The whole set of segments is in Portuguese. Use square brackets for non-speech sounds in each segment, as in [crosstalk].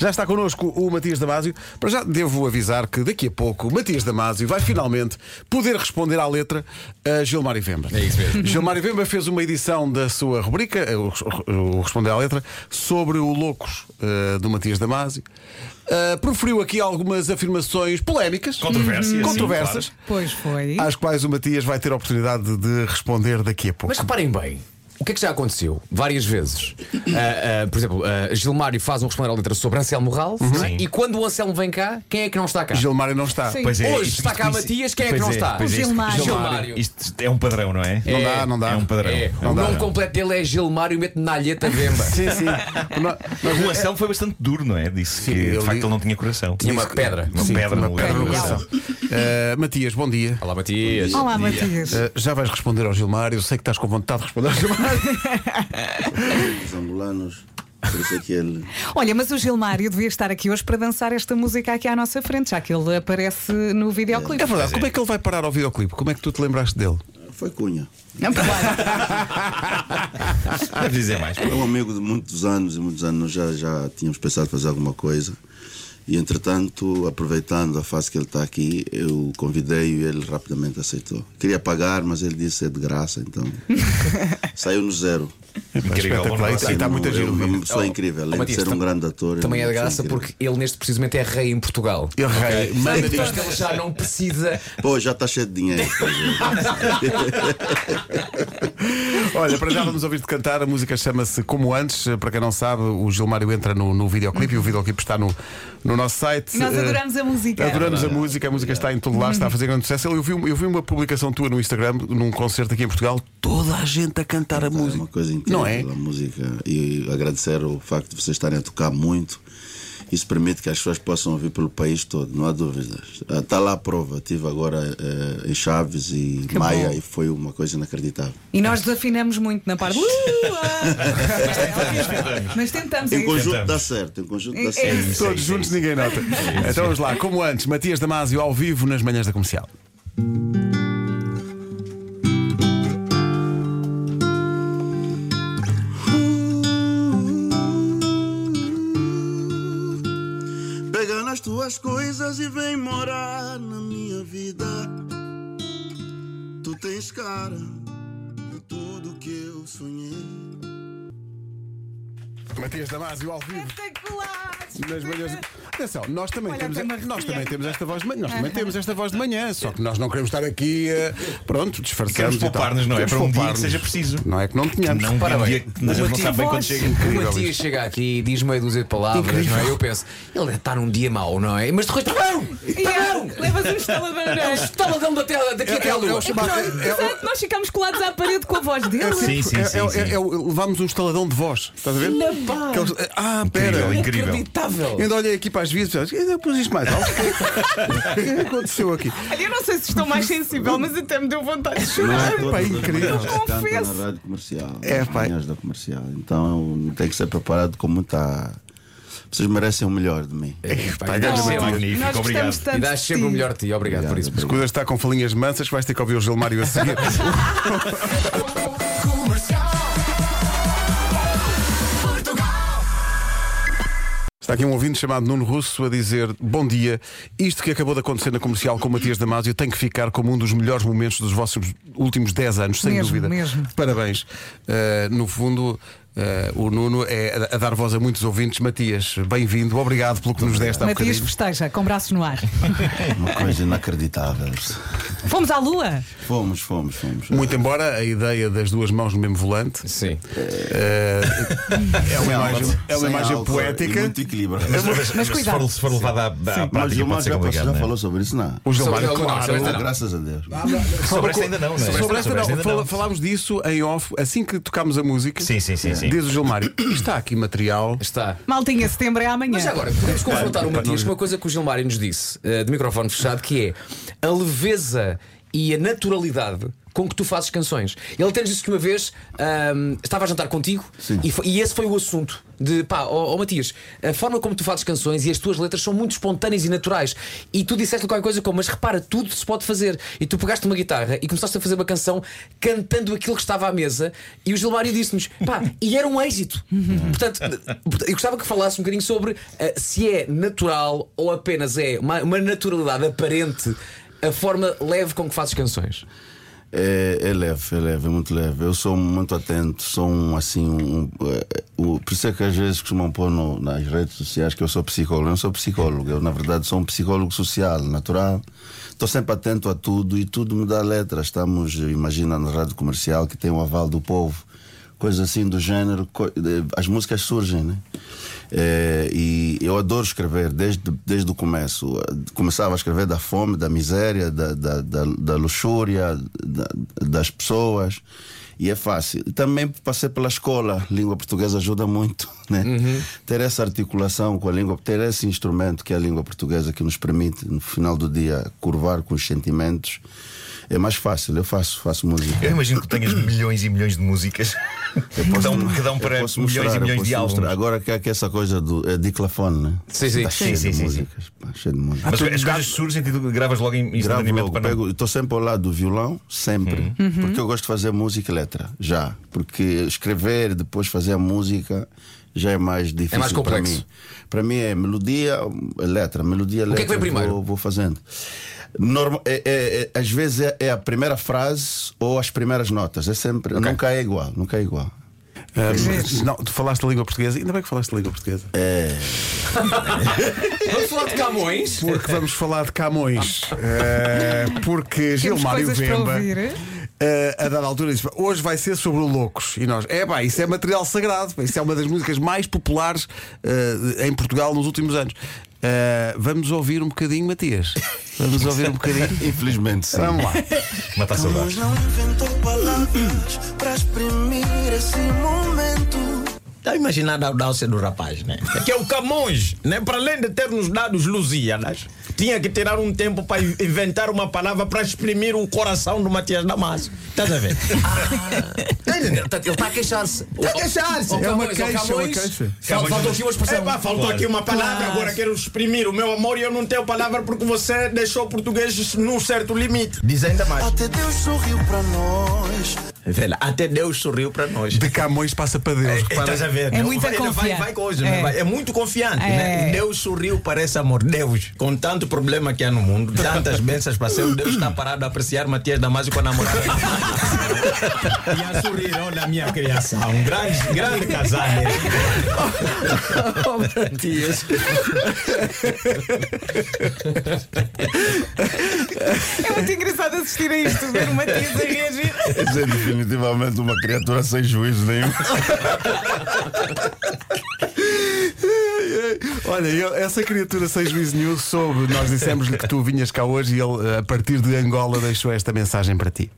Já está connosco o Matias Damasio. Para já devo avisar que daqui a pouco Matias Damasio vai finalmente poder responder à letra a Gilmar Ivemba. É isso mesmo. Gilmar Ivemba fez uma edição da sua rubrica, eh, o o Responder à Letra, sobre o Loucos eh, do Matias Damasio. Eh, proferiu aqui algumas afirmações polémicas, Uhum. Controvérsias, sim, controversas, Pois foi. às quais o Matias vai ter a oportunidade de responder daqui a pouco. Mas reparem bem. O que é que já aconteceu? Várias vezes. [laughs] Ah, ah, por exemplo, ah, Gilmário faz um responder à letra sobre Anselmo Ralph não é? e quando o Anselmo vem cá, quem é que não está cá? Gilmário não está. Sim. Pois é, Hoje isto- está cá isto- Matias, quem é que pois não está? pois é, isto- Gilmário. Gilmário. Isto é um padrão, não é? Não dá, não dá. É um padrão. É, Não o dá. nome completo dele é Gilmário Mete Nalheta Vemba. Sim, sim. Nó- nós- O Anselmo foi bastante duro, não é? Disse que ele de facto diz- ele não tinha coração. Tinha uma pedra. Uma Sim, pedra uma no lugar pedra do no coração. coração. Eh, Matias, bom dia. Olá, Matias. Olá, Matias. Eh, já vais responder ao Gilmar, eu sei que estás com vontade de responder ao Gilmar. os angolanos, por isso é que ele. Olha, mas o Gilmário devia estar aqui hoje para dançar esta música aqui à nossa frente, já que ele aparece no videoclipe. [laughs] É verdade, como é que ele vai parar ao videoclipe? Como é que tu te lembraste dele? Foi Cunha. Não, claro. Deve dizer mais. É um amigo de muitos anos e muitos anos, nós já, já tínhamos pensado fazer alguma coisa. E entretanto, aproveitando a fase que ele está aqui, eu convidei e ele rapidamente aceitou. Queria pagar, mas ele disse é de graça, então. Saiu no zero. Incrível. espetacular. Vamos lá, E tá sim. está muito Eu- giro. É uma pessoa Oh, incrível, oh, além Matias, de ser um tam- grande ator. é Também é uma de pessoa graça incrível. porque ele neste precisamente é rei em Portugal. Ele rei, manda Portanto, ele já não precisa. Pô, já está cheio de dinheiro. é. Olha, para já vamos ouvir-te cantar. A música chama-se Como Antes. Eh, Para quem não sabe, o Gilmário entra no, no videoclipe e o videoclipe está no, no nosso site. Nós Eh, adoramos a música. Uhum. Adoramos Uhum. a música, a música está em todo lado, está a fazer grande sucesso. Eu vi, uma- eu vi uma publicação tua no Instagram, num concerto aqui em Portugal, toda a gente a cantar a É música. uma coisa incrível Não é? a música. E agradecer o facto de vocês estarem a tocar muito. Isso permite que as pessoas possam ouvir pelo país todo, não há dúvidas. Está lá a prova. Estive agora eh, em Chaves e Que Maia bom. e foi uma coisa inacreditável. E nós desafinamos muito na parte. Uh, ah. mas tentamos. é Em isso. conjunto dá certo, em conjunto É dá certo. isso. Todos juntos ninguém [laughs] nota. Então vamos lá, como antes, Matias Damasio ao vivo nas manhãs da comercial. Pega nas tuas coisas e vem morar na minha vida. Tu tens cara de tudo que eu sonhei. Matias Damasio ao vivo. Espetacular! Nas manhãs. Atenção, nós também, Olha, temos, até me arrepiei. nós também temos esta voz de manhã. Nós também temos esta voz de manhã, só que nós não queremos estar aqui, eh, pronto, disfarçados. Queremos e tal. poupar-nos, não é? Queremos Para um dia poupar-nos. que seja preciso. Não é que não tenhamos. Não, Repara um bem, dia que a gente não sabe bem quando chega. O Incrível Matias isto. chega aqui e diz meia dúzia de palavras, Incrível. não é? Eu penso, ele está num dia mau, não é? Mas depois está bom! E Está eu, bom! levas um estalador. Está ladrão da tela- daqui É- até à é o- é o lua! chamado- é- é- Exato, nós ficamos colados à parede com a voz dele. Sim, sim, é- sim. é- sim. é- é- levámos um estaladão de voz, estás a ver? Na pá. Aqueles- ah, Incrível, pera. incrível. Inacreditável! Ainda olhei aqui para as vias e pensava, eu pus isto mais alto. [laughs] O que é que aconteceu aqui? Olha, eu não sei se estou mais sensível, mas até me deu vontade de Não chorar. é todas pá, as incrível. manhãs que canta Confesso. na rádio comercial. É, nas pá. manhãs da comercial. Então tem que ser preparado com muita. Vocês merecem o melhor de mim. Pá, grande dá-se Oh, é sempre- magnífico, nós gostamos obrigado. tanto E dá de sempre o ti. melhor de ti, obrigado por isso. Coisas está com falinhas mansas, vais ter que ouvir o Gilmário a seguir. Está aqui um ouvinte chamado Nuno Russo a dizer Bom dia, isto que acabou de acontecer na comercial com o Matias Damasio tem que ficar como um dos melhores momentos dos vossos últimos 10 anos, sem Mesmo, dúvida. mesmo. Parabéns. Uh, no fundo, uh, o Nuno é a- a dar voz a muitos ouvintes. Matias, bem-vindo, obrigado pelo que nos deste há Tá Matias um bocadinho. é festeja, com braços no ar. Uma coisa inacreditável. Fomos à lua? Fomos, fomos, fomos. Muito embora a ideia das duas mãos no mesmo volante Sim. É uma Sem imagem, álcool, é uma sem imagem álcool poética. É e Muito equilíbrio. Mas se cuidado. for, se for levado à, à Mas prática, o pode Mar ser já, passou- complicado. já não é? falou sobre isso, não. O Gilmário, Sobre- um claro. sobre- Eu, graças a Deus. Sobre esta ainda não, não é? Sobre esta não, ainda fala- falámos disso em off, assim que tocámos a música. Sim, sim, sim, sim. Diz o Gilmário, [clears throat] está aqui material. Está. Maltinha, setembro é amanhã. Mas agora, podemos confrontar o Matias com uma coisa que o Gilmário nos disse, eh, de microfone fechado, que é a leveza e a naturalidade com que tu fazes ehm, canções. Ele até nos disse que uma vez ahm, estava a jantar contigo e, foi- e esse foi o assunto de pá, ó ó, Matias, a forma como tu fazes canções e as tuas letras são muito espontâneas e naturais. E tu disseste qualquer coisa como, mas repara, tudo se pode fazer. E tu pegaste uma guitarra e começaste a fazer uma canção cantando aquilo que estava à mesa. E o Gilmário disse-nos, pá, e era um êxito. Portanto, eu gostava que falasse um bocadinho sobre ah, se é natural ou apenas é uma, uma naturalidade aparente a forma leve com que fazes canções. É, é leve, é leve, é muito leve. Eu sou muito atento, sou um assim. Um, eh, o- por isso é que às vezes costumam pôr no- nas redes sociais que eu sou psicólogo. Eu não sou psicólogo, eu na verdade sou um psicólogo social, natural. Estou sempre atento a tudo e tudo me dá letra. Estamos, eh, imagina, na rádio comercial que tem o aval do povo, coisas assim do género. co- de- As músicas surgem, né? Eh, e eu adoro escrever desde, desde o começo. Eh, Começava a escrever da fome, da miséria, da, da, da, da luxúria, da- das pessoas. E é fácil. Também passei pela escola, língua portuguesa ajuda muito, [laughs] né? Ter essa articulação com a língua, ter esse instrumento que é a língua portuguesa que nos permite, no final do dia, curvar com os sentimentos. É mais fácil, eu faço, faço música. Eu imagino que tenhas milhões e milhões de músicas. Cada um, cada um para Eu milhões posso mostrar, e eu milhões posso de Ah, mostrar. álbuns. Agora que há aqui essa coisa do é, diclafone, né? Sim, sim. Tá cheio Sim, de sim, Ah, sim, sim. músicas. pá, cheio de músicas. Mas as coisas surgem e tu gravas logo em Gravo instantaneamente logo, é para não. pego, estou sempre ao lado do violão, sempre. Porque eu gosto de fazer música e letra, já. Porque escrever e depois fazer a música já é mais difícil. mais complexo. Para mim, Pra mim é melodia, letra, melodia, letra. que é que vem vou- primeiro? Vou, fazendo. Norma- é- é- é- às vezes é, é a primeira frase ou as primeiras notas. É sempre. Nunca é igual, nunca é igual. Ah, não, tu falaste da língua portuguesa, ainda bem que falaste da língua portuguesa. Vamos falar de Camões? [laughs] Porque vamos falar de Camões. Eh, porque Gilmário coisas para Vemba. ouvir. eh, a dada altura disse: hoje vai ser sobre o Loucos. E nós, é pá, isso é material sagrado. pá, Isso é uma das músicas mais populares eh, em Portugal nos últimos anos. Eh, vamos ouvir um bocadinho, Matias. Vamos ouvir um [laughs] bocadinho. Infelizmente, sim. Vamos lá. Mata a saudade. Mas não inventou palavras pra exprimir esse momento. Está a imaginar a audácia do rapaz, né? Que é o Camões, né? Para além de ter nos dado os Lusíadas, tinha que tirar um tempo para inventar uma palavra para exprimir o coração do Matias Damasio. Estás a ver? Tá entendendo? Portanto, ele está a queixar-se. Oh, Tá a queixar-se. Ó, É uma Camões, ó, queixa, é uma Camões. queixa. Fal- Faltou aqui uma expressão. Epá, faltou aqui uma palavra, agora quero exprimir o meu amor e eu não tenho palavra porque você deixou o português num certo limite. Diz ainda mais. Até Deus sorriu pra nós. Velho, até Deus sorriu para nós. De Camões passa para Deus. É, repara. Estás a ver? É não? muita vai, não, confiança. Vai, vai coisa, É. né? Vai- é muito confiante. É. Né? Deus sorriu para esse amor. Deus, com tanto problema que há no mundo, [laughs] tantas bênçãos para ser, Deus está parado a apreciar Matias Damasio com a namorada. [laughs] e a sorrir, olha a minha criação. Um grande, grande casal né? mesmo. É muito engraçado assistir a isto, ver o Matias a reagir. Isso é definitivamente uma criatura sem juízo nenhum. [laughs] Olha, eu- essa criatura sem juízo nenhum soube. Nós dissemos-lhe que tu vinhas cá hoje e ele, eh, a partir de Angola, deixou esta mensagem para ti.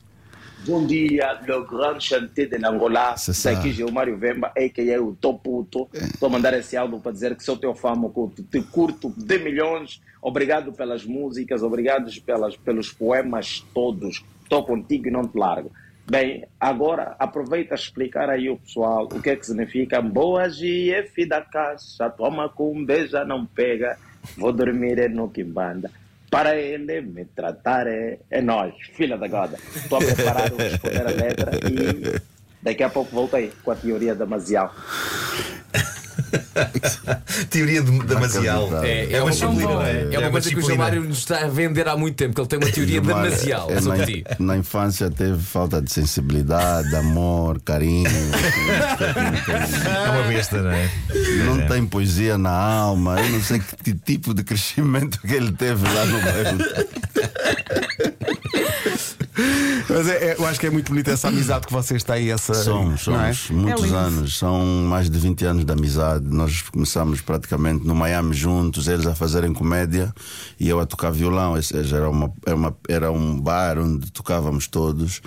Bom dia, meu grande chanté de Angola. C'est Isso ça. aqui, Gilmário é Vemba, a.k.a. o Toputo. Estou a mandar esse álbum para dizer que sou teu fã, meu curto. Te curto de milhões. Obrigado pelas músicas, obrigado pelas, pelos poemas todos. Estou contigo e não te largo. Bem, agora aproveita a explicar aí o pessoal o que é que significa Boa GF da caixa, toma com um beija, não pega, vou dormir é no Quimbanda para ele me tratar é, é nós, filha da goda. Estou a preparar o responder a letra e daqui a pouco volto aí com a teoria da Mazial. [laughs] Teoria de- da Mazial. acreditar. É, é uma uma, disciplina, não é, uma coisa que o disciplina. Gilmário nos está a vender há muito tempo, que ele tem uma teoria Gilmar, demasiado é, sobre na, ti. na infância teve falta de sensibilidade, amor, carinho. É uma besta, não é? não tem poesia na alma. Eu não sei que ti- tipo de crescimento que ele teve lá no bairro. Mas é- é- eu acho que é muito bonita essa amizade que vocês têm. Essa, São, não é? somos muitos lindo. anos, são mais de 20 anos de amizade. Nós começámos praticamente no Miami juntos, eles a fazerem comédia e eu a tocar violão. Ou seja, era, uma, era, uma- era um bar onde tocávamos todos.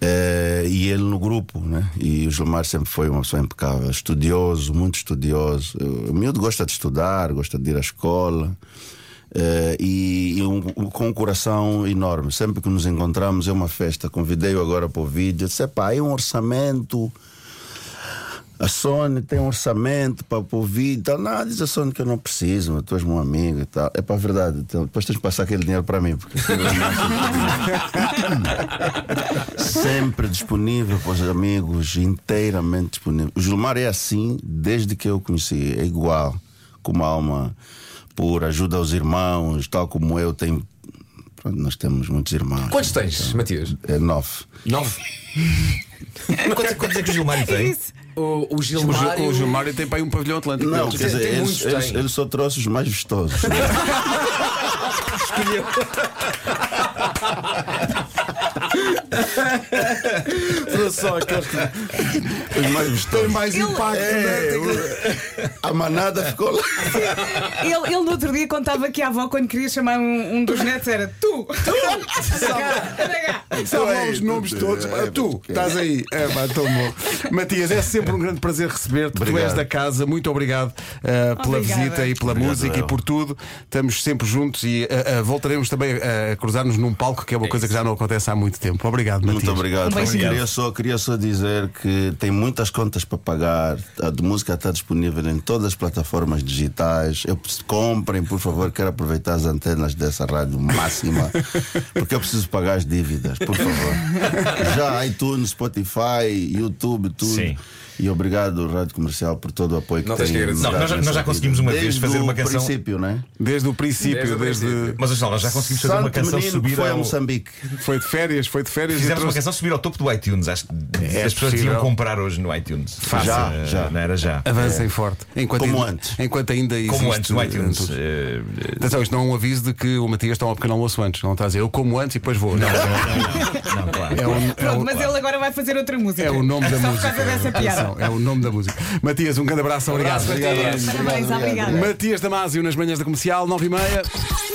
Eh, e ele no grupo, né? E o Gilmar sempre foi uma pessoa impecável, estudioso, muito estudioso. O miúdo gosta de estudar, gosta de ir à escola. Eh, e e um- um- com um coração enorme. Sempre que nos encontramos é uma festa. Convidei-o agora para o vídeo. Disse: pá, é um orçamento. a Sony tem um orçamento para o Covid e tal. Não, diz a Sony que eu não preciso, mas tu és meu amigo e tal. É para a verdade, então, depois tens de passar aquele dinheiro para mim, porque aquilo eu não sei. um sempre disponível para os amigos, inteiramente disponível. O Gilmar é assim desde que eu o conheci, é igual, com uma alma pura, ajuda aos irmãos, tal como eu tenho. Pronto, nós temos muitos irmãos. Quantos tens, Matias? É nove. Nove. Quantos, quantos é que o Gilmar tem? Isso. O, o O, Gil- Gilmário. o Gilmário tem para aí um pavilhão atlântico. Não, tem- quer dizer, tem ele, muitos, ele- tem. ele só trouxe os mais vistosos. só aqueles que os mais têm vistosos. mais Ele- impacto. É, não é? o- a manada ficou lá. Ele, ele no outro dia contava que a avó, quando queria chamar um, um dos netos, era tu! [laughs] Tu! [laughs] Sabe lá Ei, os nomes tu- todos. é, Ah, tu, porque- estás aí. É, pá, tão bom. Matias, é sempre um grande prazer receber-te. Tu és Obrigado. da casa. Muito obrigado ah, pela Obrigada. visita e pela música e por tudo. Estamos sempre juntos e ah, ah, voltaremos também ah, a cruzar-nos num palco, que é uma coisa que já não acontece há muito tempo. Obrigado, Matias. Muito obrigado. Um beijinho. queria, só, queria só dizer que tem muitas contas para pagar. A de música está disponível em todas as plataformas digitais. Eu, preciso- comprem, por favor. Quero aproveitar as antenas dessa [laughs] rádio máxima. Porque eu preciso pagar as dívidas, por favor. Já iTunes, Spotify, YouTube, tudo. Sim. E obrigado, Rádio Comercial, por todo o apoio que Não tens tem. que agradecer. me Não, dado nós já- nessa nós já vida. conseguimos uma vez Desde fazer o uma canção- princípio, né? Desde o princípio, Desde desde. o princípio. Mas olha, nós já conseguimos fazer uma Santo canção menino que subir foi a ao... Moçambique. Foi de férias, foi de férias. Fizemos e uma trouxe- canção subir ao topo do iTunes. Acho que as pessoas possível. deviam comprar hoje no iTunes. Fácil. Já, Eh, já. Não era já. Avancem forte. Enquanto Como ainda, antes. Enquanto ainda Como existe- antes no iTunes. tudo. Eh, Atenção, isto não é um aviso de que o Matias está ao pequeno almoço antes. Não está a dizer eu como antes e depois vou. Não, Não, não, [laughs] claro. é um- é um- Pronto, mas ele agora vai fazer outra música. É o nome da Só música. Por causa dessa piada. Atenção, é o nome da música. Matias, um grande abraço, obrigado. Parabéns, obrigada. Matias Damasio nas manhãs da comercial, 9 e meia.